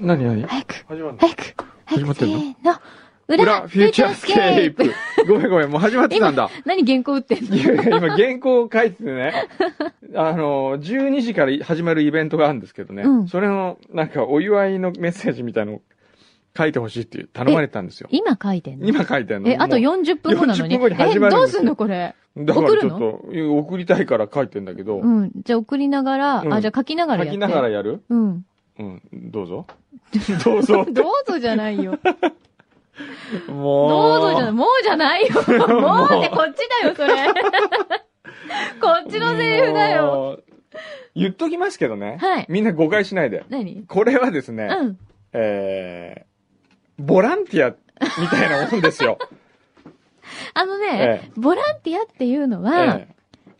何何早く、始まるの早く、始早まく、ってせんのーの。裏フューチャースケープ。ごめんごめん、もう始まってたんだ。何原稿打ってんのいやいや今原稿を書いててね、 あの、12時から始まるイベントがあるんですけどね、うんそれの、なんかお祝いのメッセージみたいのを書いてほしいっていう頼まれてたんですよ。今書いてんの今書いてんの。え、あと40分後なのに。 40分後に始まるえ、んどでうすよすんのこれ。もうだからちょっ送と、いや送りたいから書いてんだけど、うん。じゃあ送りながら、うんあ、じゃあ書きながら書やって。きながらやるうん。うん、ど うぞ。どうぞ。どうぞじゃないよ。 もどう。うぞじゃない、もうじゃない よ。もうってこっちだよ、それ。こっちのセリフだよ。もう。言っときますけどね。はいみんな誤解しないで。何これはですね、うん。えー、ボランティアみたいなもんですよ。あのね、えボランティアって いうのは、え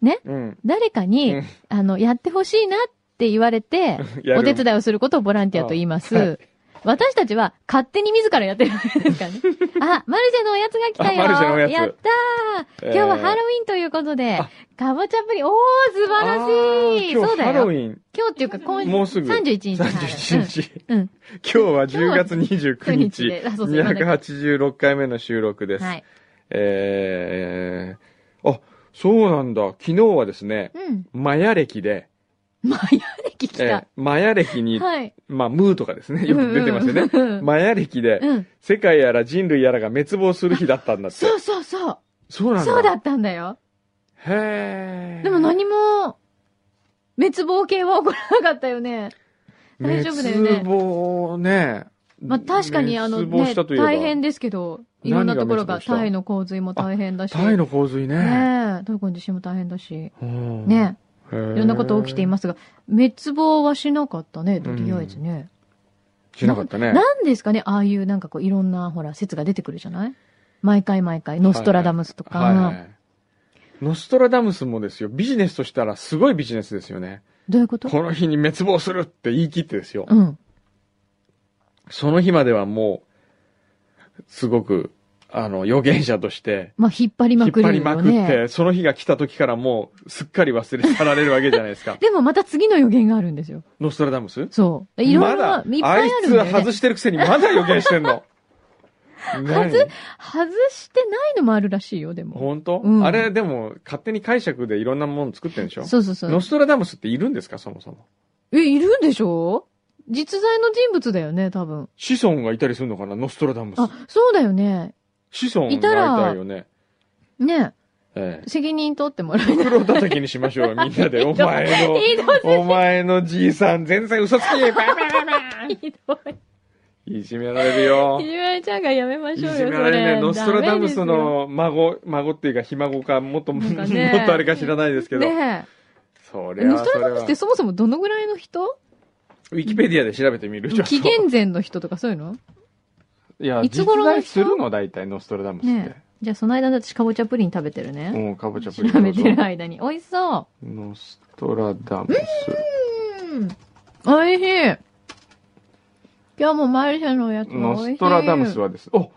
えねうん。 誰かに、うんあの、やってほしいなって言われて、 やるお手伝いをすることをボランティアと言いまあはいす。私たちは勝手に自らやってるわけですからね。 あ、マルシェのおやつが来たよ。あマルシェのおやつやったー、えー今日はハロウィンということであ、かぼちゃプリン、おー、素晴らしいあー今そう日だハロウよ。ィン、今日っていうか、今もうすぐ31日。 31日。うん。うん。今日は10月29日、今日は29日であそうそう286回目の収録です。はい。えー、あ、そうなんだ。昨日はですね、うん。マヤ歴で、マヤ歴来えーた。マヤ歴に、はい。まあ、ムーとかですね、よく出てますよね。うんうんマヤ歴で、うん。世界やら人類やらが滅亡する日だったんだって。そうそうそう。そうなんだ。そうだったんだよ。へーでも何も、滅亡系は起こらなかったよね。大丈夫だよね滅亡ね。まあ確かにあの、滅亡ね、したといえば大変ですけど、いろんなところが何が滅亡したタイの洪水も大変だし。タイの洪水ね。ねえ、トルコの地震も大変だし。うんねへーえ、いろんなこと起きていますが、滅亡はしなかったね、とりあえずね。しなかったね。なんですかね、ああいうなんかこういろんなほら、説が出てくるじゃない毎回毎回、ノストラダムスとか。はい。ノストラダムスもですよ、ビジネスとしたらすごいビジネスですよね。どういうことこの日に滅亡するって言い切ってですよ。うん。その日まではもう、すごく、あの、予言者として、まあ、引っ張り引まっく張るりまよくっね。て、その日が来た時からもう、すっかり忘れ去られるわけじゃないです 。かでもまた次の予言があるんですよ。ノストラダムスそう。いろいろ、まだいっぱいあるんだよ、ね。あいつは外してるくせにまだ予言して んの。何外してないのもあるらしいよ、でも。本当、うんあれ、でも、勝手に解釈でいろんなもの作ってるんでしょそうそうそうノ。ストラダムスっているんですかそもそも。え、いるんでしょ実在の人物だよね、多分。子孫がいたりするのかなノストラダムあ、そうだよね。ス。子孫がいたいよね。ねええ。責責任取ってもらえない。任叩きにしましょうよ、みんな で。お前の、ひどい、お前のじいさん、全然嘘つきバイバイバイバイひどい。いじめられるよい。じめられちゃんがやめまいしじょうよ、そめれ。られるね。ノストラダムスダの孫、孫っていうか、ひ孫か、もっと、もなんっとか ねあれか知らないですけメどですよ。ねそえ。れノはストそラれダムスはって。そもそもどのぐらいの人ウィキペディアで調べてみるちょっと紀元前の人とかそういうのいや、いつ頃の人実在するの大体、ノストラダムスって。ねじゃあその間だってかぼちゃプリン食べてるね。もうかぼちゃプ調リンべてる間に。美味しそノストラダムス。う。うん。美味しい。今日もマルシェのやつもノ美味しい。ストラダムスはです。お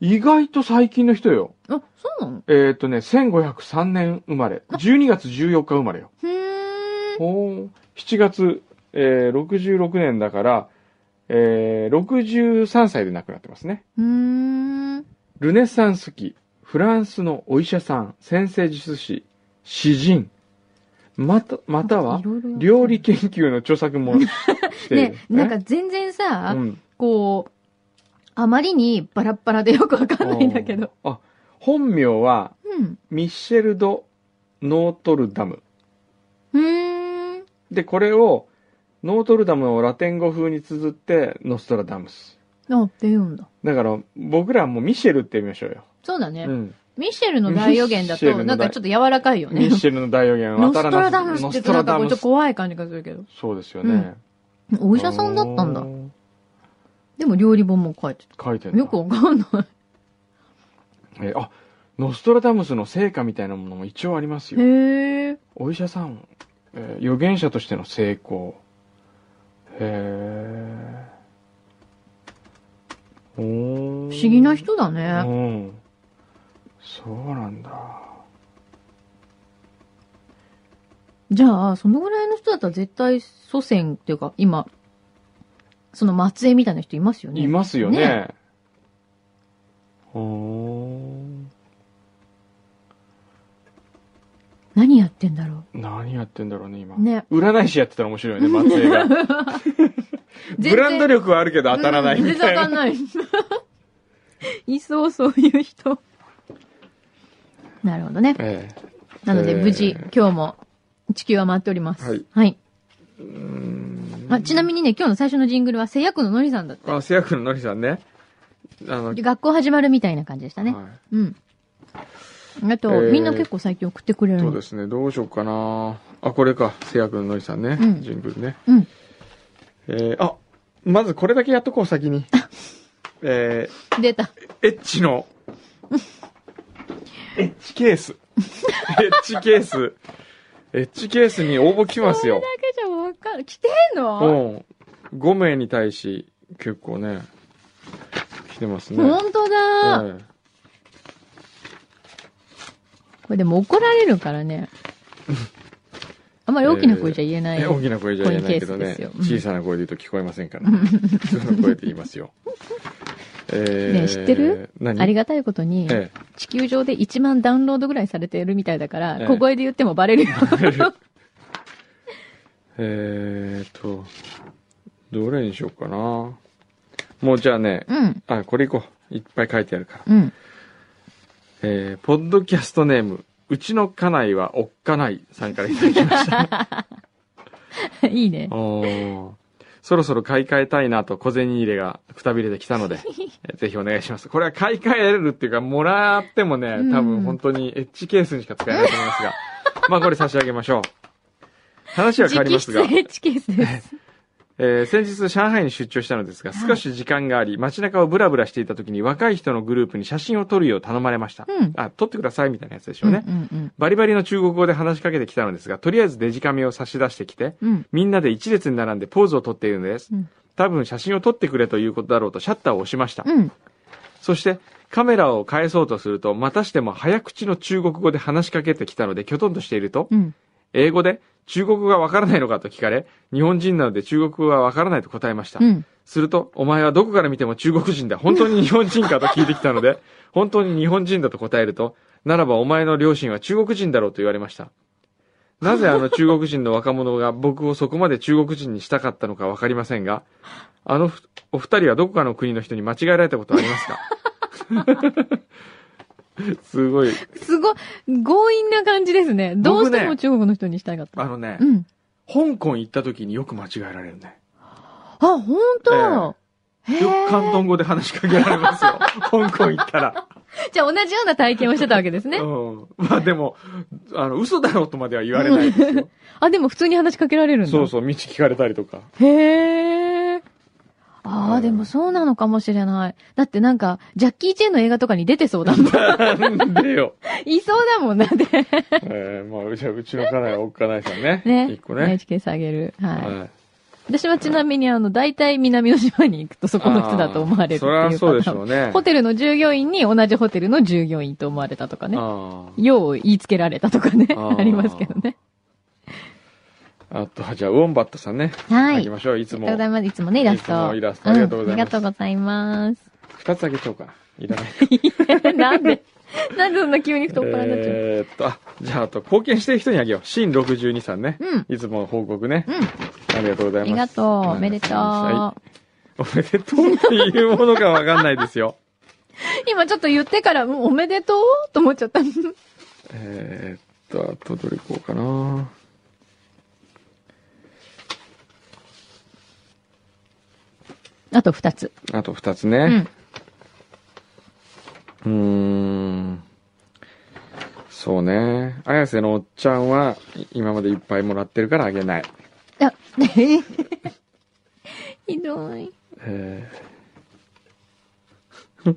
意外と最近の人よ。あ、そうなのえっ、とね、1503年生まれ。12月14日生まれよ。ふーん。お7月、えー、66年だから、えー、63歳で亡くなってますね。うーん。、ルネサンス期、フランスのお医者さん、先生術師、詩人、また、またはいろいろやってる料理研究の著作もしているね、なんか全然さ、うんこう、あまりにバラッバラでよくわかんないんだけど。あ、本名は、うん。ミッシェル・ド・ノートルダム。うーん。で、これを、ノートルダムをラテン語風に綴って、ノストラダムス。あ、って言うんだ。だから、僕らはもうミシェルって呼びましょうよ。そうだね。うん。ミシェルの大予言だミシェと、ルの大なんかちょっと柔らかいよねミッ。シェルの大予言は ノ当スたトらなラいダムスって言うとなんかこうちょっと怖い感じがするけど。そうですよね。お医者さんだったんだう。んでも料理本も書いて書いてた。る。よくわかんない。えーあ、ノストラダムスの成果みたいなものも一応ありますよ。へえ。お医者さん、えー預言者としての成功。へえ。おー不思議な人だうね。ん。そうなんだ。じゃあ、そのぐらいの人だったら絶対祖先っていうか、今、その末裔みたいな人いますよね。いますよね。ねほ何やってんだろー何やってんだろうね、今。う。ね。占い師やってたら 面白いよね、松江が。ブランド力力はあるけど当たらないみ全然たい当たな。んない。い そう、そういう人。なるほどね。えなので、えー無事、今日も地球は回っております。はい。えあちなみにね、今日の最初のジングルは、製薬ののりさんだった。あ、せやくんのりさんね。あの、で学校始まるみたいな感じでしたね。はうん。あと、えーみんな結構最近送ってくれいるその。うですね、どうしようかな。あ、これか、せやくんのりさんね。うんジングルね。うん。えーあ、まずこれだけやっとこう、先に。え出た。ーエッチの、エッチケ ース。エッチケース。エッチケースに応募来ますよ。だけじゃわかる。来てんうのん。5名に対し、結構ね、来てますね。本当だ、ええこれでも怒られるから ね。あんまり大きな声じゃ言えない。え大きな声じゃ言えないけこどういうケーねスですようん小さな声で言うと聞こえませんから普通の声で言います よえねえ知ってる何ありがたいことに、え 地球上で1万ダウンロードぐらいされてるみたいだから、ええ小声で言ってもバレ るよ。ええーっとどれにしようかなもうじゃあねうん。あこれいこういっぱい書いてあるかうら、ん。えーポッドキャストネームうちの家内はおっかないさんからいただきましたいいね。おーそろそろ買い替えたいなと小銭入れがくたびれてきたの で、えぜひお願いします。これは買い替えるっていうか、もらってもねうん、多分本当にエッジケースにしか使えないと思い ますが、まあこれ差し上げましょう。話は変わり直ます筆が、エッチケースです。えー先日上海に出張したのですが、はい少し時間があり、街中をブラブラしていた時に若い人のグループに写真を撮るよう頼まれました。うん。あ、撮ってくださいみたいなやつでしょうね。うんうんバリバリの中国語で話しかけてきたのですが、とりあえずデジカメを差し出してきて、うん。うん。みんなで一列に並んでポーズを撮っているのです。うん多分写真を撮ってくれということだろうとシャッターを押しました。うん。そして、カメラを返そうとすると、またしても早口の中国語で話しかけてきたので、きょとんとしていると、うん。英語で、中国語がわからないのかと聞かれ、日本人なので中国語がわからないと答えました。うん。すると、お前はどこから見ても中国人だ。本当に日本人かと聞いてきたの で、本当に日本人だと答えると、ならばお前の両親は中国人だろうと言われました。なぜあの中国人の若者が僕をそこまで中国人にしたかったのかわかりませんが、あのふお二人はどこかの国の人に間違えられたことはありますか すごい。すごい、強引な感じですね。どうしても中国の人にしたいかった。あのね、うん。香港行った時によく間違えられるね。あ、本当。へよく広え。東語で話しかけられます よ。香港行ったら。 じゃあ同じような体験をしてたわけですね。うん。まあでも、あの、嘘だろうとまでは言われないで すよ。あ、でも普通に話しかけられるんだ。そうそう、道聞かれたりとか。へえ。あうあ、んでもそうなのかもしれない。だってなんか、ジャッキー・チェンの映画とかに出てそう だもん。なんでよ。いそうだもんな、で。えー、まあ、うちはうちの家内はおっかないさんね。ね。一個ね。 NHK 下げる。はい。はい。私はちなみに、あの、大体南の島に行くとそこの人だと思われるってそいうパタりゃーンそうでしょうね。ホテルの従業員に同じホテルの従業員と思われたとかね。あよう言いつけられたとかね。ああーりますけどね。あ。あとは、じゃあ、ウォンバットさんね。は行い。きあましょう。いつりもがとうご。ざいます。いつもね、イラスいつト。もイラストありがとうございますんありがとうございます。二つあげちゃおうかな。いらな い。なんで、なんでそんな急に太っ腹になっちゃう、えーっと、あ、じゃあ、あと、貢献してる人にあげよう。シン62さんね。うん。いつも報告ね。うん。ありがとうござあいりまがす。とう。おめでとう。はおめでとうっていうものかわかんないですよ。今ちょっと言ってから、うんおめでとうと思っちゃった。えーっと、あとどれ行こうかな。あと二つ。あと二つうね。ん。うーん。そうね。綾瀬のおっちゃんは、い今までいっぱいもらってるからあげない。あ、ね ひどい。えー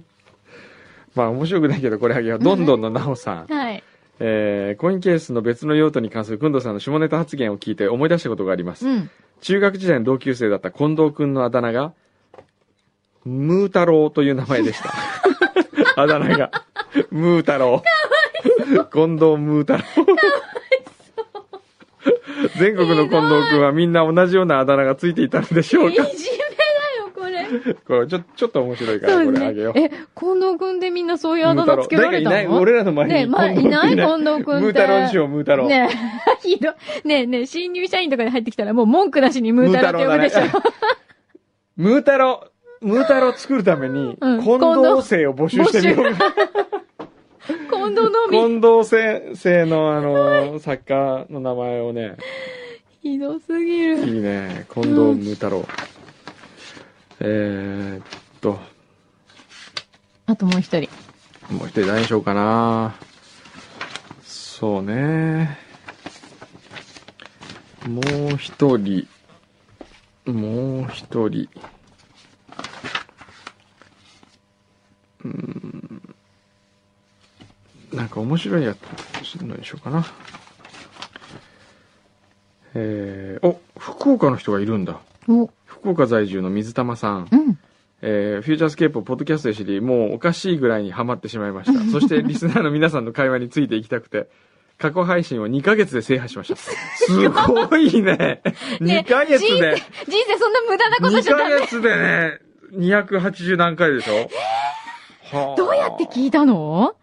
まあ面白くないけどこれあげよう。どんどんのなおさん。はい。えーコインケースの別の用途に関するくんどさんの下ネタ発言を聞いて思い出したことがあります。うん。中学時代の同級生だった近藤くんのあだ名が、ムー太郎という名前でした。 あだ名が。ムー太郎。近藤ムー太郎。全国の近藤くんはみんな同じようなあだ名がついていたのでしょういじかめだこれちょ、ちょっと面白いかそら、こうでれすあげよねう。。え、近藤くんでみんなそういうあだ名つけられ誰かいたのない、俺らの前ねに。まあ、いない近藤くんって。ムータロウにしよう、ムータロウ。ねえ、 ひどい。ねえねえ、新入社員とかで入ってきたらもう文句なしにムータロウって呼ぶでしょ。ムータロウ、ムータロウ作るために、うん近藤生を募集してみよう。 近藤のみ。近藤生生のあの、作家の名前をね、ひどすぎる。いいね。近藤うんムータロウ。えー、っと、あともう一人。もう一人誰にしようかな。そうね。もう一人。もう一人。うーん。なんか面白いやつのにしようかな。えー、お、福岡の人がいるんだ。お、福岡在住の水玉さん。うん。えーフューチャースケープをポッドキャストで知り、もうおかしいぐらいにハマってしまいま した。そしてリスナーの皆さんの会話についていきたくて、過去配信を2ヶ月で制覇しました。すごいね ね !2 ヶ月で、人生そんな無駄なこと2じゃなヶい。月でね、280何回でしょはあ どうやって聞いたの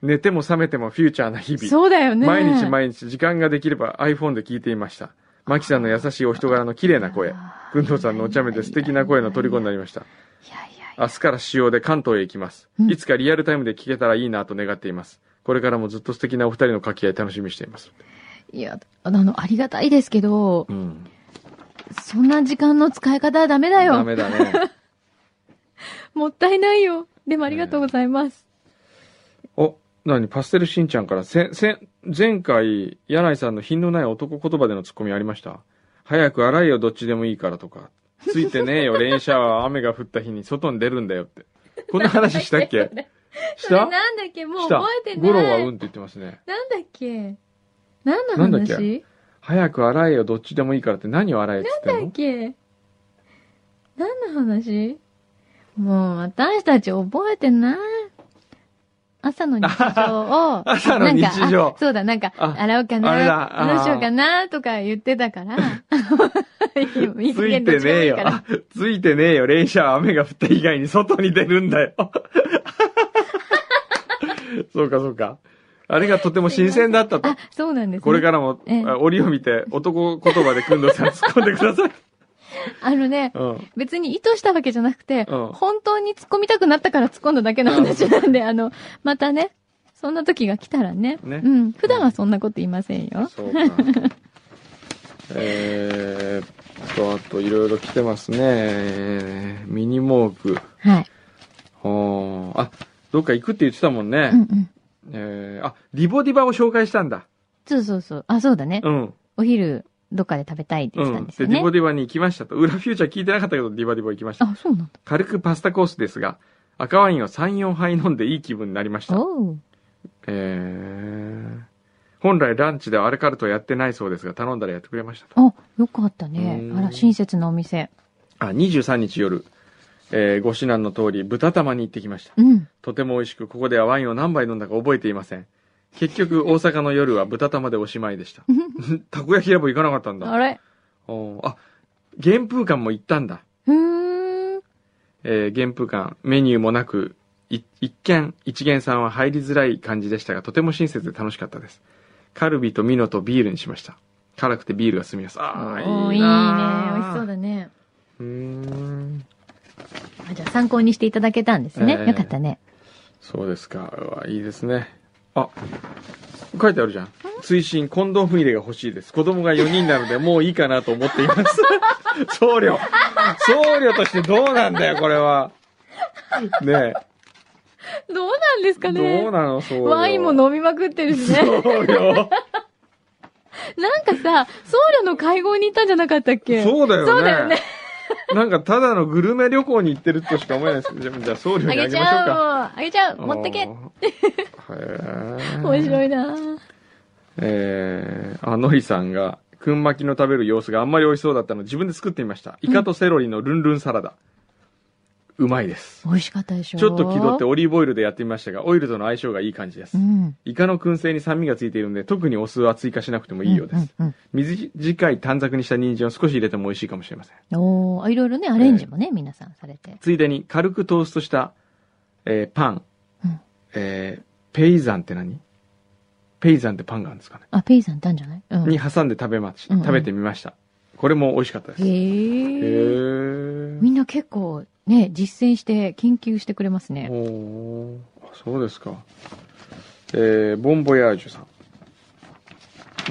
寝ても覚めてもフューチャーな日々。そうだよね。毎日毎日時間ができれば iPhone で聞いていました。マキさんの優しいお人柄の綺麗な声。くんどうさんのお茶目で素敵な声の虜になりました。いやいやいや。明日から使用で関東へ行きます、うんいつかリアルタイムで聞けたらいいなと願っています。これからもずっと素敵なお二人の掛け合い楽しみにしています。いや、あの、ありがたいですけど、うん。そんな時間の使い方はダメだダよ。メ だね。もったいないよ。でもありがとうございます。お、なに、パステルしんちゃんから、せ、せ、前回、柳井さんの品のない男言葉でのツッコミありました早く洗いよ、どっちでもいいからとか。ついてねえよ、連射は雨が降った日に外に出るんだよって。こんな話した っけしそれなたんだっけもうし覚たえてない。ゴロはうんって言ってますね。なんだっけ何のなんだっけ話早く洗えよ、どっちでもいいからって何を洗えっつってんなんだの。っけ何の話もう私たち覚えてない。朝の日常を 朝の日なん常かあそうだ、なんか、あ洗おうかあれな、だあーどうしようかな、とか言ってたから。い ついてねえよ。あ ついてねえよ。連射は雨が降った以外に外に出るんだよ。 そうか、そうか。あれがとても新鮮だったとあ。、そうなんです、ね。これからも、ええあ折を見て、男言葉でくんどさん突っ込んでくだ さい。あのね、うん。別に意図したわけじゃなくて、うん本当に突っ込みたくなったから突っ込んだだけの話なんで、あ の、またね、そんな時が来たらね。ねうん。普段はそんなこと言いませんよ。そうか。えーっと、あと、いろいろ来てますね。えーミニモーク。はい。ほーあ、どっか行くって言ってたもんね。うんうん。えーあ、リボディバを紹介したんだ。そうそうそう。あ、そうだね。うん。お昼、どっかで食べたいって言ってたんですで、よディね。ボディバに行きましたと。裏フューチャー聞いてなかったけど、ディバディバ行きました。あ、そうなんだ。軽くパスタコースですが、赤ワインを3、4杯飲んでいい気分になりました。おう。えー、本来ランチではアルカルトやってないそうですが、頼んだらやってくれましたと。あ、よかったねう。んあら、親切なお店。あ、23日夜、えーご指南の通り、豚玉に行ってきました。うん。とても美味しく、ここではワインを何杯飲んだか覚えていません。結局、大阪の夜は豚玉でおしまい でした。たこ焼き屋も行かなかったんあだ。れおーあ、原風館も行ったんだ。うーん。えー原風館、メニューもなく、い一見、一元さんは入りづらい感じでしたが、とても親切で楽しかったです。カルビとミノとビールにしました。辛くてビールが進みます。ああ、いいおーいいね。美な味しそうだ。だね。うーん。あじゃあ参考にしていただけたんですね。ええよかったね。そうですか。うわ、いいですね。あ、書いてあるじゃん。追伸、コンドーム入れが欲しいです。子供が4人なので、もういいかなと思って います。僧侶。僧侶としてどうなんだよ、これは。ねどうなんですえ。かねどうなの、僧侶。ワインも飲みまくってるしね。そうよ。なんかさ、僧侶の会合に行ったんじゃなかったっけうそうだよね。そうだよねなんかただのグルメ旅行に行ってるとしか思えないですけど、じゃあじゃあ僧侶あにあげちげましょうか。ゃおう。あげちゃおう。持ってけ。あー。へー面白いなぁえー、あのりさんが、くん巻きの食べる様子があんまり美味しそうだったので自分で作ってみました。イカとセロリのルンルンサラダ。うまいです。美味しかったでしょちょっと気取ってオリーブオイルでやってみましたが、オイルとの相性がいい感じですう。ん。イカの燻製に酸味がついているので、特にお酢は追加しなくてもいいようです。うんうん短い短冊にした人参を少し入れても美味しいかもしれません。うんおーあいろいろね、アレンジもね、皆さんされて。ついでに軽くトーストした、えーパン、うんえーペイザンって何ペイザンってパンがあるんですかね、あ、ペイさんいたんじゃないうん。にへ挟んで食べまし、うんうん食べてみました。これも美味しかったです。へー。ーみんな結構ね、実践して、研究してくれますね。おーあそうですか。えーボンボヤージュさん。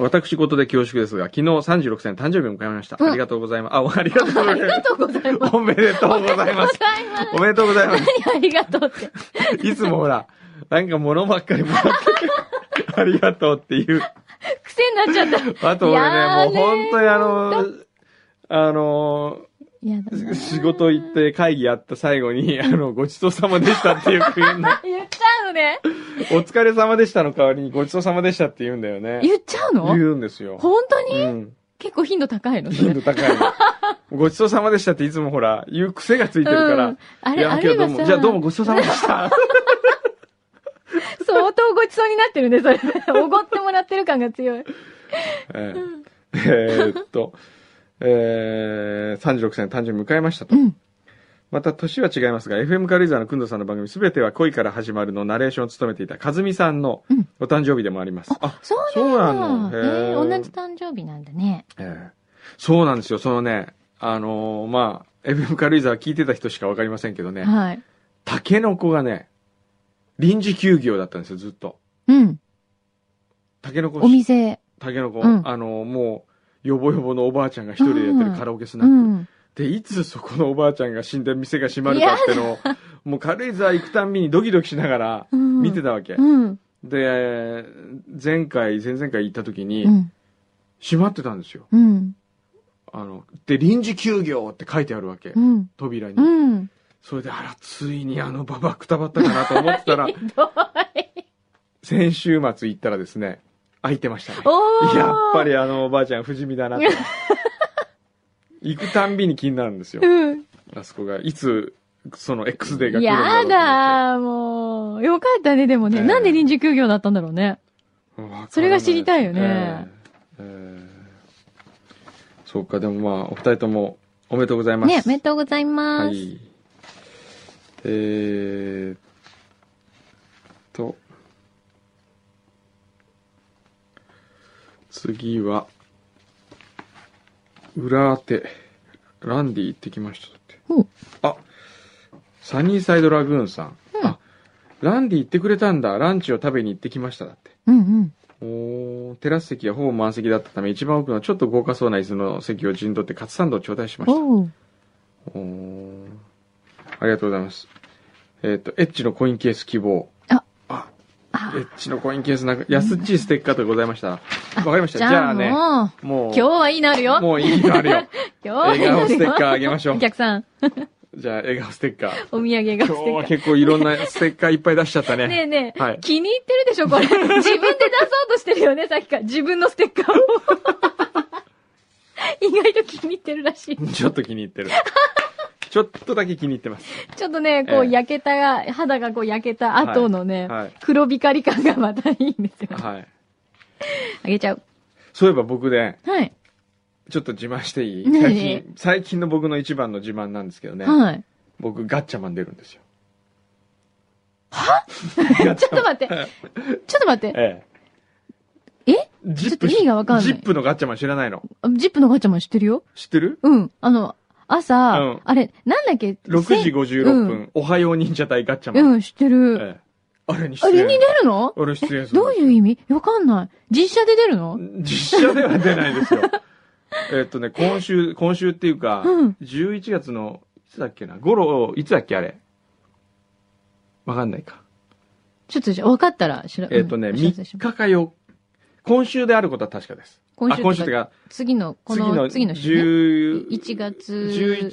私事で恐縮ですが、昨日36歳の誕生日を迎えました。うんありがとうございます。あ、ありがとうござあいり まがとうございますす。。おめでとうござあいます。りがとうございますおめでとうございます。何ありがとうって。 いつもほら、なんか物ばっかりもらって、ありがとうっていう。癖になっち ゃった。あといや俺ーね、ねもう本当にあほの、あのいやだな仕事行って会議やった最後に、あの、ごちそうさまでしたっていう 句言うの。言っちゃうのね。お疲れ様でしたの代わりにごちそうさまでしたって言うんだよね。言っちゃうの言うんですよ。本当に、うん。結構頻度高いのそれ頻度高いの。ごちそうさまでしたっていつもほら、言う癖がついてるかうらん。あいれ、やあ今れ日どうがも、さ、じゃあどうもごちそうさまでした。相当ごちそうになってるね、それ。おごってもらってる感が強い。えええーっと、えー、36歳の誕生日迎えましたと。うん。また年は違いますが、FM 軽井沢のくんどさんの番組、すべては恋から始まるのナレーションを務めていた、かずみさんのうんお誕生日でもあります。あ、そうそうななんのだ。へえー同じ誕生日なんだね。えーそうなんですよ。そのね、あのーまあ、FM 軽井沢聞いてた人しかわかりませんけどね、はい。タケノコがね、臨時休業だったんですよ、ずっと。うん。タケノコお、店。タケノコ、うんあのーもう、よぼよぼのおばあちゃんが一人でやってるカラオケスナうック。ん。で、いつそこのおばあちゃんが死んで店が閉まるかってのを、もう軽井沢行くたんびにドキドキしながらうん見てたわけ。うん。で、前回、前々回行った時にう、ん。閉まってたんですよ。うん。あの、で、臨時休業って書いてあるわけう。ん。扉に。うん。それで、あら、ついにあのババくたばったかなと思ってた らひ、どい。先週末行ったらですね、開いてましたね。 おー。やっぱ。りあのおばあちゃん不死身だなと。行くたんびに気になるんですよ。 うん。あそこが、いつ、その X デーが来るんだろうと思っやて。だー、もう。よかったね、でもえね。えなんで臨時休業だったんだろうね。それが知りたいよねえーえーそうか、でもまあ、お二人ともおめでとうございます。ね、おめでとうございまはす。い。えーっと、次は、裏当て、ランディ行ってきましたって。ほうあ、サニーサイドラグーンさん。うんあ、ランディ行ってくれたんだ。ランチを食べに行ってきました。だって。うんうん。おーテラス席はほぼ満席だったため、一番奥のちょっと豪華そうな椅子の席を陣取ってカツサンドを頂戴しました。おう。おーありがとうございます。えっ、と、エッチのコインケース希望。ああ、あエッチのコインケースなんか、安っちいステッカーでございました。わかりましじた。じゃゃああね、もう。も今う、日はいいなるよ。もういいのあるよ。 今日はいいなるよ。笑顔ステッカーあげましょうお客さん、じゃあ、笑顔ステッカー。お土産笑今顔ス日テッはカ結構いろんなステッカーいっぱい出しちゃっ たー。ねね。えねえ、はい気に入ってるでしょ、 これ。自分で出そうとしてるよね、さっきから。自分のステッカー を。意外と気に入ってるらしい。ちょっと気に入ってる。ちょっとだけ気に入ってます。ちょっとね、こう、ええ焼けた、肌がこう焼けた後のね、はいはい黒光り感がまたいいんですよ。はい。あげちゃう。そういえば僕ね、はい。ちょっと自慢していいねえ最近、最近の僕の一番の自慢なんですけどね。はい。僕、ガッチャマン出るんですよ。 ちょっと待 って。ちょっと待って。ええジちょっと意味がわかんないジップのガッチャマン知らないのジップのガチャマン知ってるよ知ってるうん。あの、朝、うんあれ、なんだっけ ?6 時56分、うんおはよう忍者隊ガッチャマン。うん、知ってる。ええあれにあ出れに出演。るのあれ出演する。どういう意味わかんない。実写で出るの実写では出ない ですよ。えっとね、今週、今週っていうか、うん11月の、いつだっけな、ゴロ、いつだっけあれ。わかんないか。ちょっとじゃあ、わかったら知ら、えっとね、うん3日か4今週であることは確かです。今あ週今週ってとかか、次の、こ次のの、次の週、ね。 10 1月、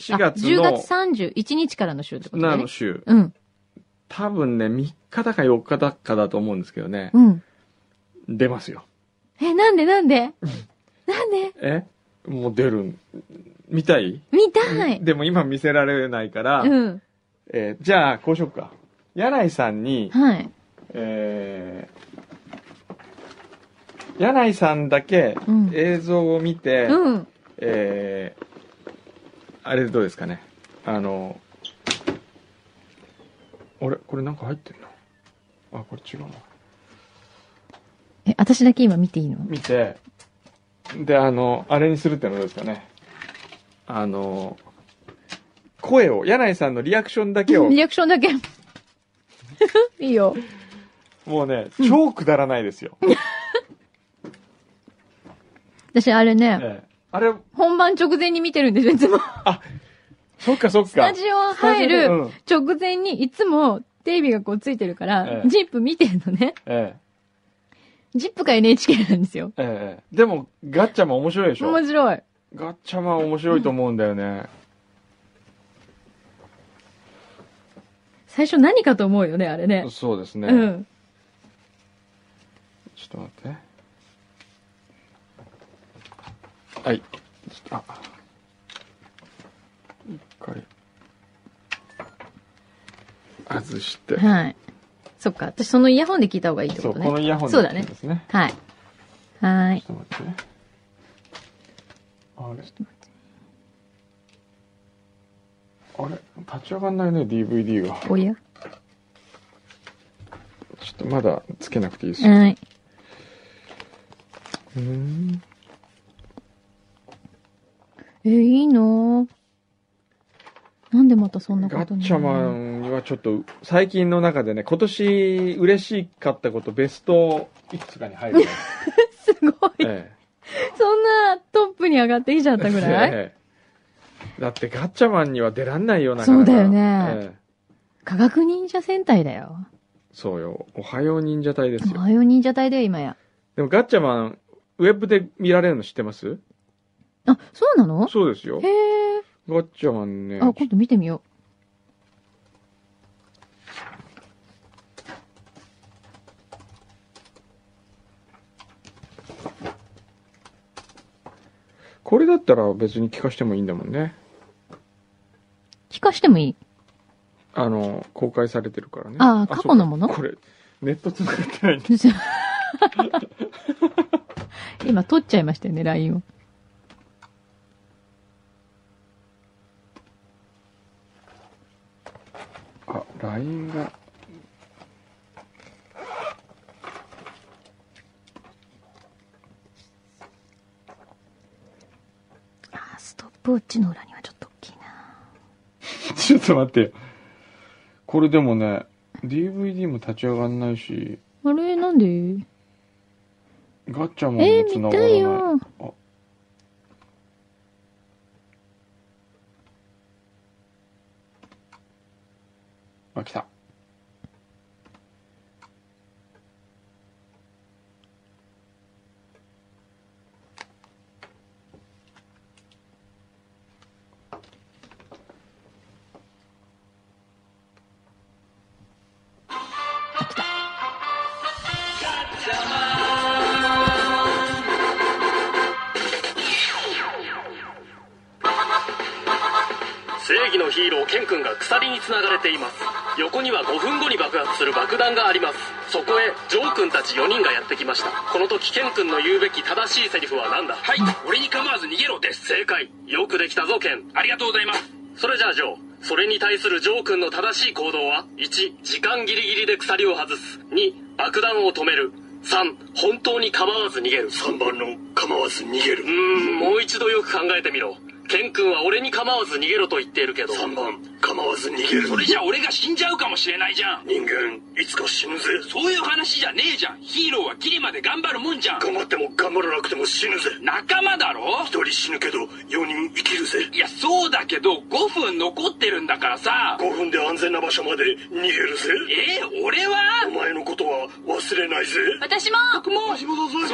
11月あ10の月31日からの週ってことなだのね。週。うん、多分ね、3日だか4日だかだと思うんですけどね。うん。出ますよ。え、なんでなんでなんでえもう出るん。見たい、見たいでも今見せられないから、うん。えーじゃあ、こうしよっか。柳井さんに、はい。えー柳井さんだけうん映像を見て、うん。えーあれどうですかね。あの、あれこれなんか入ってるな。あ、これ違うな。え、私だけ今見ていいの見て、で、あの、あれにするってのはどうですかね。あの、声を、柳井さんのリアクションだけを、リアクションだけ。 いいよ。もうね、超くだらないですよ。私あれね、ええあれ、本番直前に見てるんですよ、いつも。そっかそっか。スタジオ入スタジるオでうん直前にいつもテレビがこうついてるからえ、えジップ見てるのね。えジップか NHK なんですよ。えええでも、ガッチャマン面白いでしょ面白い。ガッチャマン面白いと思うんだよね。最初何かと思うよね、あれね。そうですね。うん。ちょっと待ってね。はい。ちょっと、あ。一回。外して。はい。そっか。私そのイヤホンで聞いた方がいいってそこう、とこのね。イヤホンそうだねですね。はい。はーいち。ょっと待ってね。あれあれ立ち上がんないね、DVD が。おやはちょっとまだつけなくていいです。ーい。うーんえー、いいのなんでまたそんなこガとにッチャマンはちょっと最近の中でね、今年嬉しかったことベストいくつかに入るね。すごい。えそんなトップに上がってきちゃっえたぐら いええだってガッチャマンには出らんないよなそうだよねええ科学忍者戦隊だよ。そうよ。おはよう忍者隊ですおよ。はよう忍者隊だよ、今や。でもガッチャマン、ウェブで見られるの知ってますあ、そうなのそうですよへ。え。ガッチャマンね。あ、今度見てみよこれだったら別に聞かしてもいいんだもんね。う。聞かしてもいいあの、公開されてるからね。あ過去のものそうかこれ、ネット繋がってないんだ。 今撮っちゃいましたよね、LINE を。あ、LINE が。あ、ストップウォッチの裏にはちょっと大きいな。 ちょっと待ってよ。これでもね、DVD も立ち上がんないし、あれ、なんでガッチャマンえもー、繋見がらたない。いよ。あ、来た。あ、来た。正義のヒーローケン君が鎖に繋がれています横には5分後に爆発する爆弾がありますそこへジョー君たち4人がやってきましたこの時ケン君の言うべき正しいセリフは何だはい俺に構わず逃げろです正解よくできたぞケンありがとうございますそれじゃあジョーそれに対するジョー君の正しい行動は1時間ギリギリで鎖を外す2爆弾を止める3本当に構わず逃げる3番の構わず逃げるうーんもう一度よく考えてみろケン君は俺に構わず逃げろと言っているけど3番構わず逃げるそれじゃ俺が死んじゃうかもしれないじゃん人間いつか死ぬぜそういう話じゃねえじゃんヒーローはギリまで頑張るもんじゃん頑張っても頑張らなくても死ぬぜ仲間だろ1人死ぬけど4人生きるぜいやそうだけど5分残ってるんだからさ5分で安全な場所まで逃げるぜえ俺はお前のことは忘れないぜ私も僕も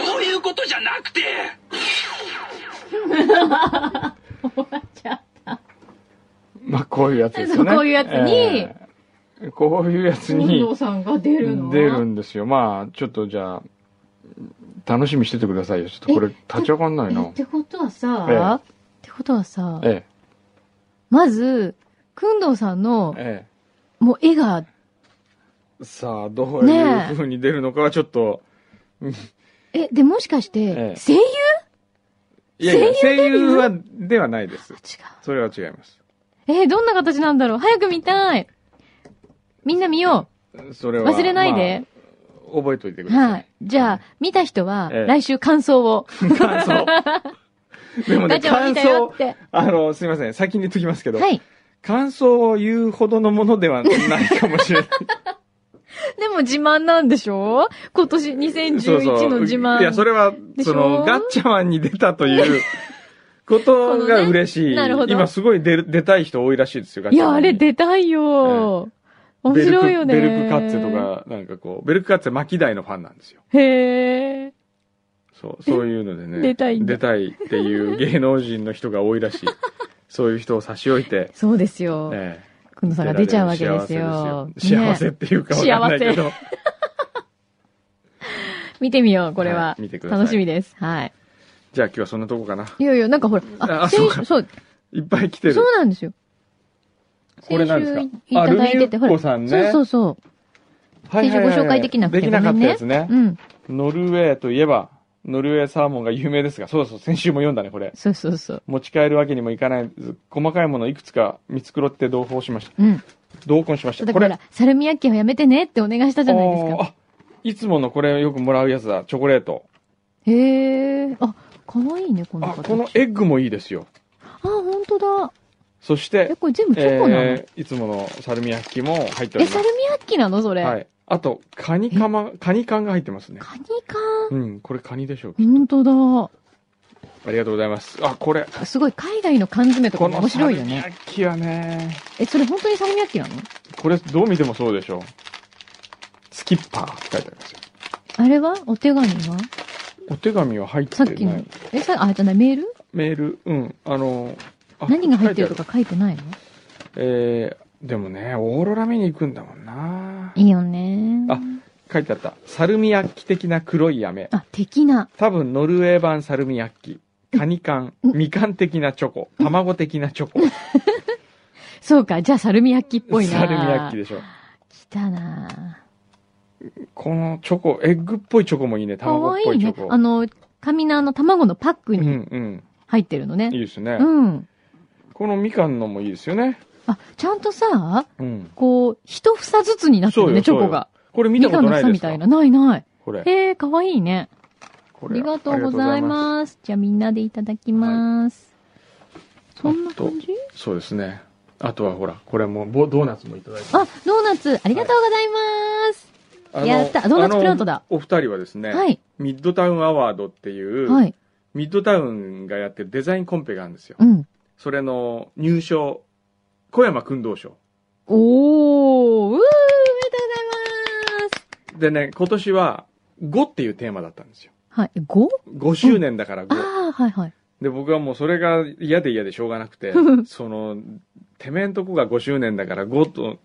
そういうことじゃなくてまあ、こういうやつです そよね。うこういうやつにえーこういうやつにさんが出出るんですよ。まあ、ちょっとじゃあ、楽しみにしててくださいよ。ちょっとこれ立ち上がんないえなっ。てことはさ、ええってことはさ、ええ、まず、くんどうさんのええ。もう絵が、さあ、どういう風に出るのかはちょっと、え、で、もしかしえてえ、声優違いやいや、声声優デビュー優は、ではないです。それは違います。う。えーどんな形なんだろう早く見たいみんな見よそれうは。忘れないで。まあ。覚えといてください。はい。じゃあ、見た人はええ、来週感想を。感想。でもガね、チャを感見たよ想っ、て。あの、すいません、先に言っときますけど、はい。感想を言うほどのものではないか もしれない。でも自慢なんでしょ今年2011の自慢。いや、それは、でしょその、ガッチャマンに出たということが嬉しい。このね なるほど今すごい出る出たい人多いらしいですよ、ガッいチャや、マあンに。れ出たいよ、面ベルク白いよね。ベルクカッツェとか、なんかこう、ベルクカッツェ巻き台のファンなんですよ。へえ。そう、そういうのでね。出たいんだ出たいっていう芸能人の人が多いらしい。そういう人を差し置いて、 そうですよ。ええくのさんが出ちゃうわけですよ。幸せですよ幸せっねていうかわかんないけど。見てみよう、これは。はい見てください楽しみです。はい。じゃあ今日はそんなとこかな。いやいや、なんかほら、あ先そうか週、そう、いっぱい来てるそう。なんですよ。これなんですか先週いただいてて、あほルミウッコら。さんねそうそうそはいはいはいはい先週ご紹介できなくてできなかったやつねう。。うん。ノルウェーといえば、ノルウェーサーモンが有名ですが、そうそう、先週も読んだね、これ。そうそうそう。持ち帰るわけにもいかない、ず細かいものをいくつか見繕って同行しました。うん。同梱しましだた。かこらほれ。ら、サルミアッキーはやめてねってお願いしたじゃないですおーか。あ、いつものこれよくもらうやつだ、チョコレート。へえ。あ、かわいいね、このあ、形。このエッグもいいですよ。あ、ほんとだ。そしえ、て、これ全部チョコなのえーいつものサルミヤッキも入っておえ、りますサル。ミアッキなのそれ。はい。あと、カニカマ、カニ缶が入ってますね。カニか。うん、これカニでしょう。ほんとありがとうございます。あ、これ。だ。すごい、海外の缶詰とかこもの面サ白ルいよミヤね。ッキはね、え、それ本当にサルミアッキなのこれどう見てもそうでしょう。スキッパーって書いてありますよ。あれはお手紙はお手紙は入ってさっない。きの。え、さ、あ、じゃない、メールメール、うん、あの、あ何が入ってると書いあか書いてないのえー、でもね、オーロラ見に行くんだもんないいよね。あ書いてあった。サルミヤッキ的な黒い飴。あ、的な。多分ノルウェー版サルミヤッキ。カニ缶、みかん的なチョコ、卵的なチョコ。そうか、じゃあサルミアッキっぽいな。サルミヤッキでしょ。来たな。このチョコ、エッグっぽいチョコもいいね。か卵っわいぽいいチョねコ。。あの、カミナの卵のパックうんにうん。入ってるのいね。いですねう。ん。このみかんのもいいですよね。あ、ちゃんとさ、うん。こう、一房ずつになってるね、チそうョよコが。これ見たことないでみすたかいな。ないない。これ。へえ、かわいいね。こあれりがとうございす。ます。じゃあみんなでいただきます。そんな感じそうですね。あとはほら、これもボドーナツもいただいて。あ、ドーナツ、ありがとうございます。あのやったドーナツプラントだあのお二人はですね、はい、ミッドタウンアワードっていう、はい、ミッドタウンがやってるデザインコンペがあるんですよ。うん。それの入賞、小山君同賞。おー、うー、おめでとうございます。でね、今年は5っていうテーマだったんですよ。はい、5? 5周年だから5。ああ、はいはい。で、僕はもうそれが嫌で嫌でしょうがなく て、その、てめえんとこが5周年だから5と、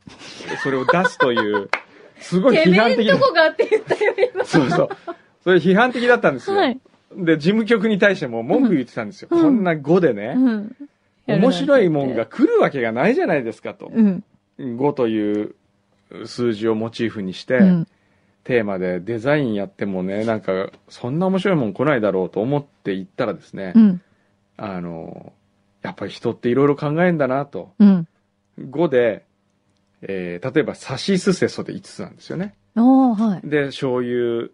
それを出すという、すごい批判的な。がって言ったよ、そうそう。それ批判的だったんですよ。はい。で、事務局に対しても文句言ってたんですよ。うんこんな5でね、うん。面白いもんが。来るわけがないじゃないですかと。うん。 5という数字をモチーフにして、うん。テーマでデザインやってもね、なんか、そんな面白いもん来ないだろうと思って行ったらですね、うん。あの、やっぱり人っていろいろ考えんだなと。うん。 5で、えー例えば、サシスセソで5つなんですよね。おー、はい。で、醤油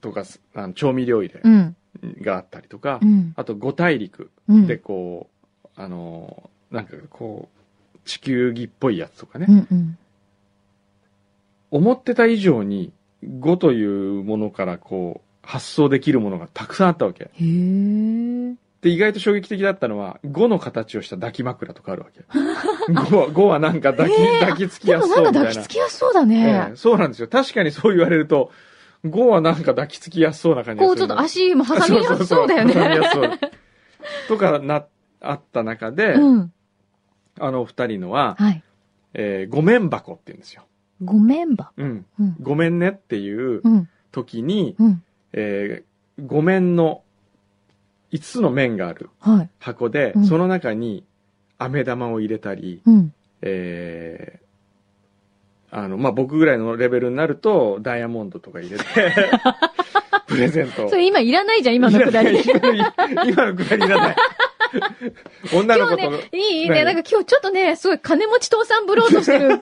とか、あの調味料入れうん。があったりとか、うん。あと五大陸うん。でこう、あのーなんかこう地球儀っぽいやつとかね、うん。うん。思ってた以上に5というものからこう発想できるものがたくさんあったわけへー。で意外と衝撃的だったのは5の形をした抱き枕とかあるわけ 5, は5はなんか抱き,、へー抱きつきでやもすなそんかうみたい抱なきつきやすそうだねええ。そうなんですよ確かにそう言われると5はなんか抱きつきやすそうな感じがこすうちょるっのと足も挟みやすそうだよそそそ挟みね。やすそうとかなあった中で、うん。あのお二人のは、はい。えーごめん箱って言うんですよ。ごめんば。うん。うん。ごめんねっていううん。時に、うん。えーごめんの5つの面があるはい。箱で、うんその中に飴玉を入れたり、うん。えあの、まあ、僕ぐらいのレベルになると、ダイヤモンドとか入 れて、プレゼントをそ。れ今いらないじゃん、今のくだり。いらない今のくだりいらない。女の今子日と、ね、いい何ね。なんか今日ちょっとね、すごい金持ち父さんぶろうとしてる。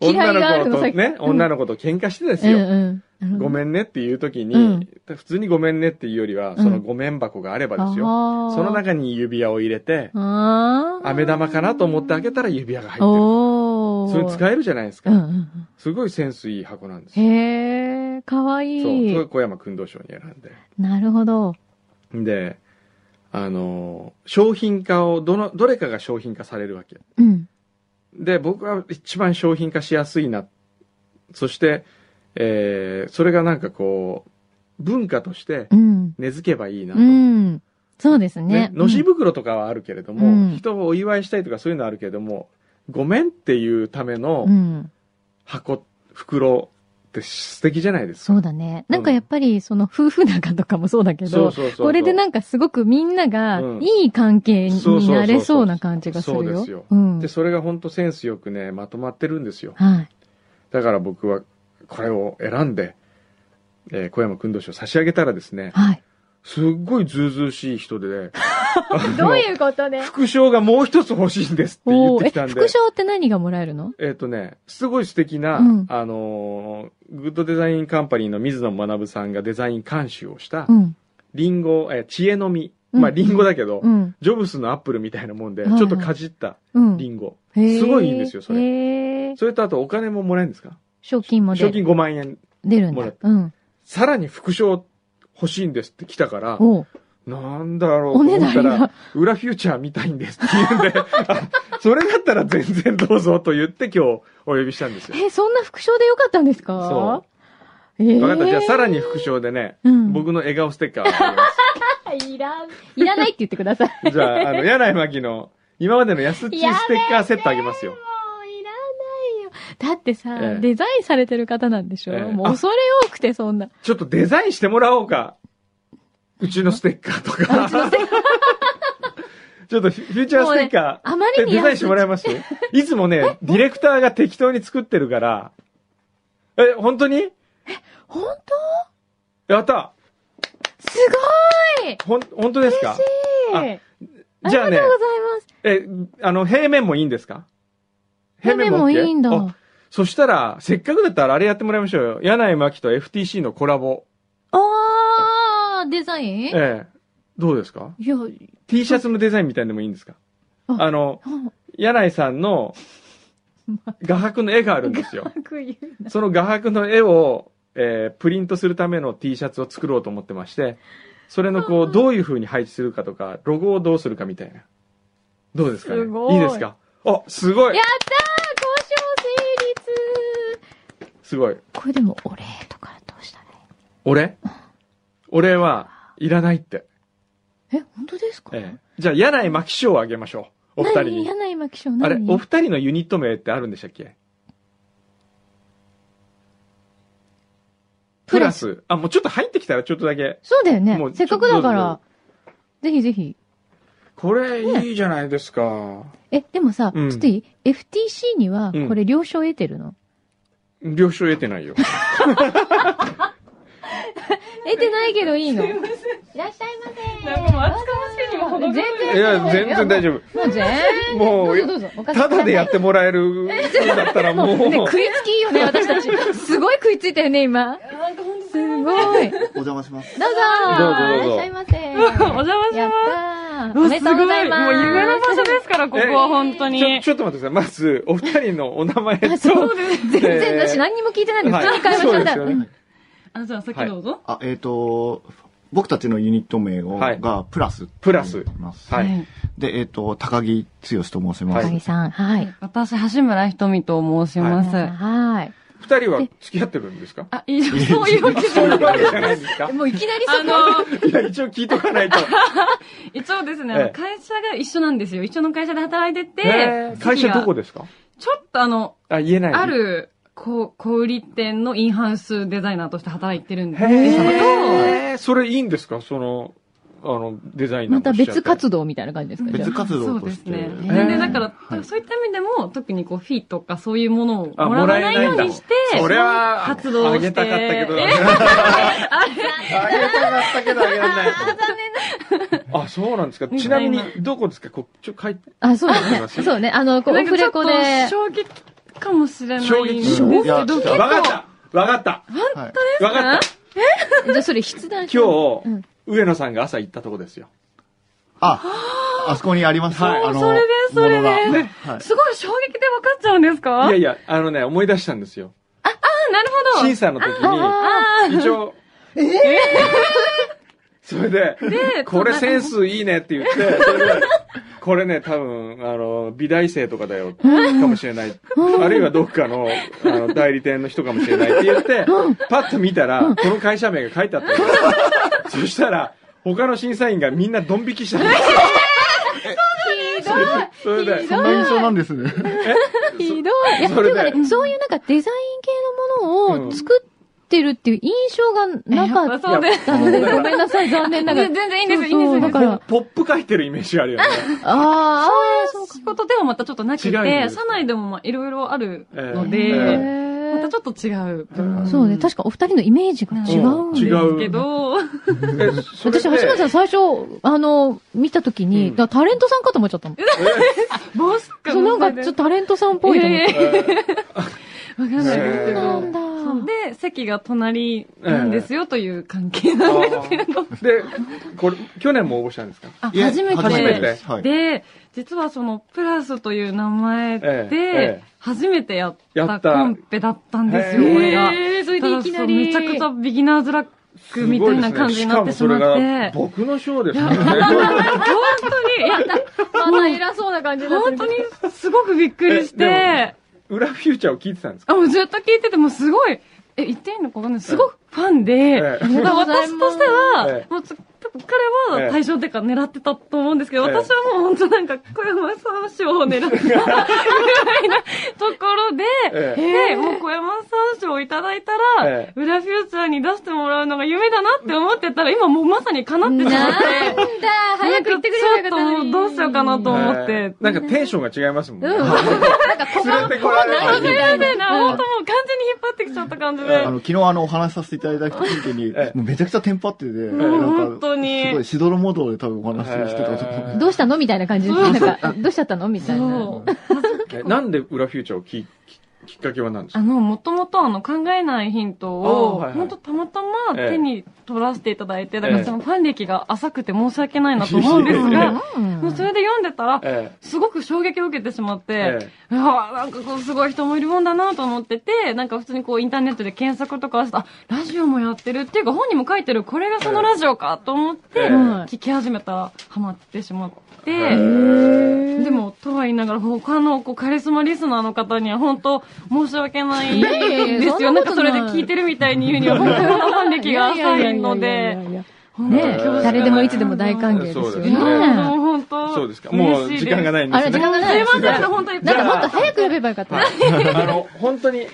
嫌いがあ女るのの子さっときね、うん女の子と喧嘩してですうんよ。うん。ごめんねっていう時に、うん普通にごめんねっていうよりは、んそのごめん箱があればですよ。よその中に指輪を入れて、あー飴玉かなと思って開けたら指輪が入っておる。ーそれ使えるじゃないですか。うんうんすごいセンスいい箱なんですうん。よ。へえ、かわいそう。それいを。小山君道賞に選んで。なるほど。で、あの、商品化を、どの、どれかが商品化されるわけ。うん。で、僕は一番商品化しやすいな。そして、えー、それがなんかこう、文化としてうん。根付けばいいなと。うん。そうですねね。、のし袋とかはあるけれども、うん人をお祝いしたいとかそういうのはあるけれども、ごめんっていうためのうんうん。箱、袋って素敵じゃないですか。そうだね。なんかやっぱり、その夫婦仲とかもそうだけど、そうそうそうこれでなんかすごくみんながうんいい関係そうそうにそうなれそうな感じがするよ。そうですよん。で、それが本当センスよくね、まとまってるんですよ。はい。だから僕はこれを選んで、えー小山君同士を差し上げたらですね、はい。すっごいずうずうしい人で ね、どういうことで副賞がもう一つ欲しいんですって言っおてーきたえ、んで副。賞って何がもらえるのえっ、とね、すごい素敵な、うんあのーグッドデザインカンパニーの水野学さんがデザイン監修をしたう、ん。リンゴ、えー知恵の実。うんまあ、リンゴだけど、うん。ジョブスのアップルみたいなもんで、はいはいちょっとかじったうん。リンゴ。へーすごいいいんですよそれへーそれとあとお金ももらえるんですか賞金も出賞る金5万円。出るんもらっだ。うん。さらに副賞欲しいんですって来たから、おうなんだろうとおね思だったりらが、。裏フューチャー見たいんですって言 うんで、あそれだったら全然どうぞと言って今日お呼びしたんですよ。え、そんな副賞でよかったんですか。そうえー、う。わかった。じゃあさらに副賞でね、うん僕の笑顔ステッカーをあげまいらん、いらないって言ってく ださい。もす。じゃあ、あの、柳井真紀の、今までの安っちステッカーセットあげますよ。ういらないよ。だってさ、ええデザインされてる方なんでしょ、ええもう恐れ多くてそ んな。ちょっとデザインしてもらおうか。うちのステッカーとか。ちょっとフューチャーステッカー。あまりでにデザインしてもらえますいつもね、ディレクターが適当に作ってるから。え、本当に本やった当すごいほん、本当ですか嬉しいあじゃありねがとうございます。え、あの、平面もいいんですか平面もい OK？いんだ。あそしたら、せっかくだったらあれやってもらいましょうよ。柳井真紀と FTC のコラボ。あー、デザインいええ。どうですかや、 ?T シャツのデザインみたいのもいいんですかああの、柳井さ んの画伯の絵があるんですよ。悪言うな。その画伯の絵を、えープリントするための T シャツを作ろうと思ってまして、それのこう、どういう風に配置するかとか、ロゴをどうするかみたいな。どうですかねすごいいですかあ、すごいやったー交渉成立すごい。これでもお礼とかどうしたらい俺俺は、いらないって。いえ、本当ですかええじゃあ、柳井真紀賞をあげましょう。お二人何に。柳巻賞あ何れ、お二人のユニット名ってあるんでしたっけププララス。あ、もうちょっと入ってきたらちょっとだけ。そうだよねもう。せっかくだかちょっら。ぜひぜひ。これ、いいじゃないですか。え、でもさ、うんちょっといい ?FTC にはうん、これ了承得てるの、了承得てないよ。得てないけどいいのいらっしゃいませなんかもう厚かましいにも程が全い然。や、全然大丈夫。夫。もう全然。もどううぞどうぞ。おかただでやってもらえるだったらもう。ね、食いつきいいよね、私たち。すごい食いついたよね、今。なんか本当すごい。どうぞお邪魔します。どうぞどうぞいらっしゃいませ。お邪魔しやっまたー。す。おわめでとうございます。すごもう夢の場所ですから、ここは本当ちょ、に。ちょっと待ってください。まず、お二人のお名前と。あ そうです。全然だえし、ー何にも聞いてないのに、はい普通に会話しそちゃっうでたす。よね。あの、じゃあさっきどうぞ。あ、えっ、と、僕たちのユニット名を、はいが、プラス。プラスます。はい。で、えっ、と、高木剛と申しまはす。い高木さん、はい。私、橋村ひとみと申します。はい。二人は付き合ってるんですかあ、いいじゃんそういうわけじそうゃいなうわい。けじゃないですかもういきなりあそこの、いや、一応聞いとかないと。一応ですね、ええ会社が一緒なんですよ。一緒の会社で働いてて、えー会社どこでですかちょっとあの、あ、言えない。あ。る、こう、小売店のインハウスデザイナーとして働いてるんでへすけど、え。それいいんですかその、あの、デザインなまんかたしちゃって別活動みたいな感じですかじゃあ別活動として。そうですね。えー全然だから、はいそういった意味でも、特にこう、フィーとかそういうものをあもらわないようにして、それは、活動をあして。げたかったけど、あえげたかあれったけど、あげられない。あ、そうなんですか。ちなみにみたい、どこですかこう、ちょ、書いて、あ、そうだ合ってまね。すそうね。あの、こう、オなんフかちょレっコとで。衝撃かもしれない。衝撃ですけいやど、結ちょっとわかっ構、たわかったはいわかったじゃあそれ筆談して今日、うん上野さんが朝行ったとこですよ。あ、あそこにあります。はいあの、それですそものれですがねはい。すごい衝撃で分かっちゃうんでいすかやいや、あのね、思い出したんですよ。あなるほ審ど。査の時に、あ一応、それで、でこれセンス。スいいねって言って、それでこれね、多分、あの、美大生とかだよ、かもしれない。あるいはどっかの、あの、代理店の人かもしれないって言って、パッと見たら、この会社名が書いてあったんですよそしたら、他の審査員がみんなドン引きしたんですよそれで、そんな印象なんですね。あ、ひどい。いや、でそもれでね、そういうなんかデザイン系のものを作ってるっていう印象がなかっそうです。たので、ごめんなさい、残念 ながら。全然いいんです、いいそんうでそうす。いいんだか。ですら、ポップ書いてるイメージあるよね。ああ、そうか。仕事ではまたちょっとなく違うんでて、す社内でもまあいろいろあるのえで、ーまたちょっと違うう部分んそうね、確かお二人のイメージが違うんです違うけど、えそれで私、橋本さん最初、あの、見たときに、うんだタレントさんかと思っちゃったもん。ボスかそう、なんか、ちょっととタレントさんっぽいと思って。えーわかんないですえけーなど。んだ。そうで、席が隣なんですよという関係なんですけれど。で、これ、去年も応募したんですかあ、いえ初め初めて。ですはい。で、実はその、プラスという名前えええでえ、初めてやっやったたコンペだったんですよ、へえこれが。ー、それでいきなり。ただそうめちゃくちゃビギナーズラックみたいな感じになってしすまごっ。いですねしてかもそれが僕の賞ですからね。本当に、いや、まだ偉そうな感じだ本当にすごくびっくりしえでて、 裏フューチャーを聞いてたんですかあ、もうずっと聞いてて、もうすごい、え、言っていいのかわかんない。すごくファンで、ええだから私としてえは、えもうつ多分彼ええは対象っていうか狙ってたと思うんですけど、ええ私はもう本当なんか小山さん賞を狙ったぐらいなところで、えで、もう小山さん賞をいただいたら、え裏フューチャーに出してもらうのが夢だなって思ってたら、今もうまさに叶ってしまって。なんだ、早く言ってくれなかったのちょっともに。うどうしようかなと思ってえーなんかテンションが違いますもんね。うん。連なんか、ここ、れてこられこたこないみたいな、うん本当もう完全に引っ張ってきちゃった感じあで。の、昨日あの、お話しさせていただいた時にええ、もうめちゃくちゃテンパってて、もうなん本か、当に。すごいしどろもどろで多分お話ししてたと思う。えどうしたのみたいな感じで、なんか、どうしちゃったのみたいな。そう。ーなんで裏フューチャーをきききっかけは何ですあかの、もともとあの、考えないヒントあーを、はいはいほんとたまたまええ手に取らせていただいて、だえかえらそのファン歴が浅くて申し訳ないなと思うんですいえいえいえが、うんもうそれで読んでたら、えすごく衝撃を受けてしまっえて、 いやーなんかこうすごい人もいるもんだなと思ってて、なんか普通にこうインターネットで検索とかして、あ、ラジオもやってるっていうか本にも書いてる、これがそのラジオかと思っええて、うん聞き始めたらハマってしまって、えでも、とは言いながら、他のこうカリスマリスナーの方には本当、申し 訳ないいやいやいやですよ。そんななこんとかそれでない聞いてるみたいに言うには、本当にファン歴が浅いので、ね本当に恐縮誰でもいつでも大歓迎ですそようですいやーもね。う本当、そうですか。もう嬉し時間がいないんであすれ、時ね。間がでなす。すいい。ません、本当に。なんかもっと早く呼べばよかった。あの、本当に、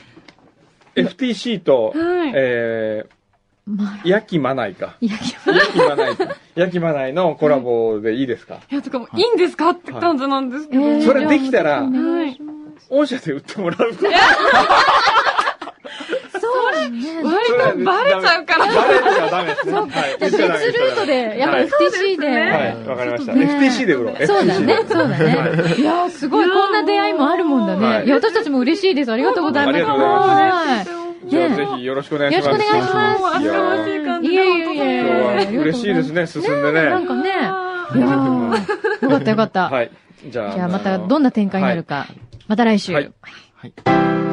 FTC と、はいえまあ、ー、ヤキマナイか。いや、いやヤキマナイか。ヤキマナイのコラボでいいですかいや、とかもう、いいんですかって感じなんですけど。それできたえらーじゃあお願いしま御社で売ってもらうと。すそうね。割とバレちゃうから。バレちゃダメですね。はいじゃあ別ルートで、やっぱ FTC で。はい、わかりました。ちょっとね FTC で売ろう。そうだ FTC ねで売ろ、そうだね。いやー、すごい、こんな出会いもあるもんだはね。いいや、私たちも嬉しいです。ありがとうございます。ありがとうございす。じゃあねぜひよろしくお願いします。よろしくお願いしますもう、い厚やかましーい感じいで。やいやい今や日いやは嬉しいですね、進んでなんね。かね、いや本ーよかったよかった。はい。じゃあ、じゃあまたのどんな展開になるか、また来週。はいはい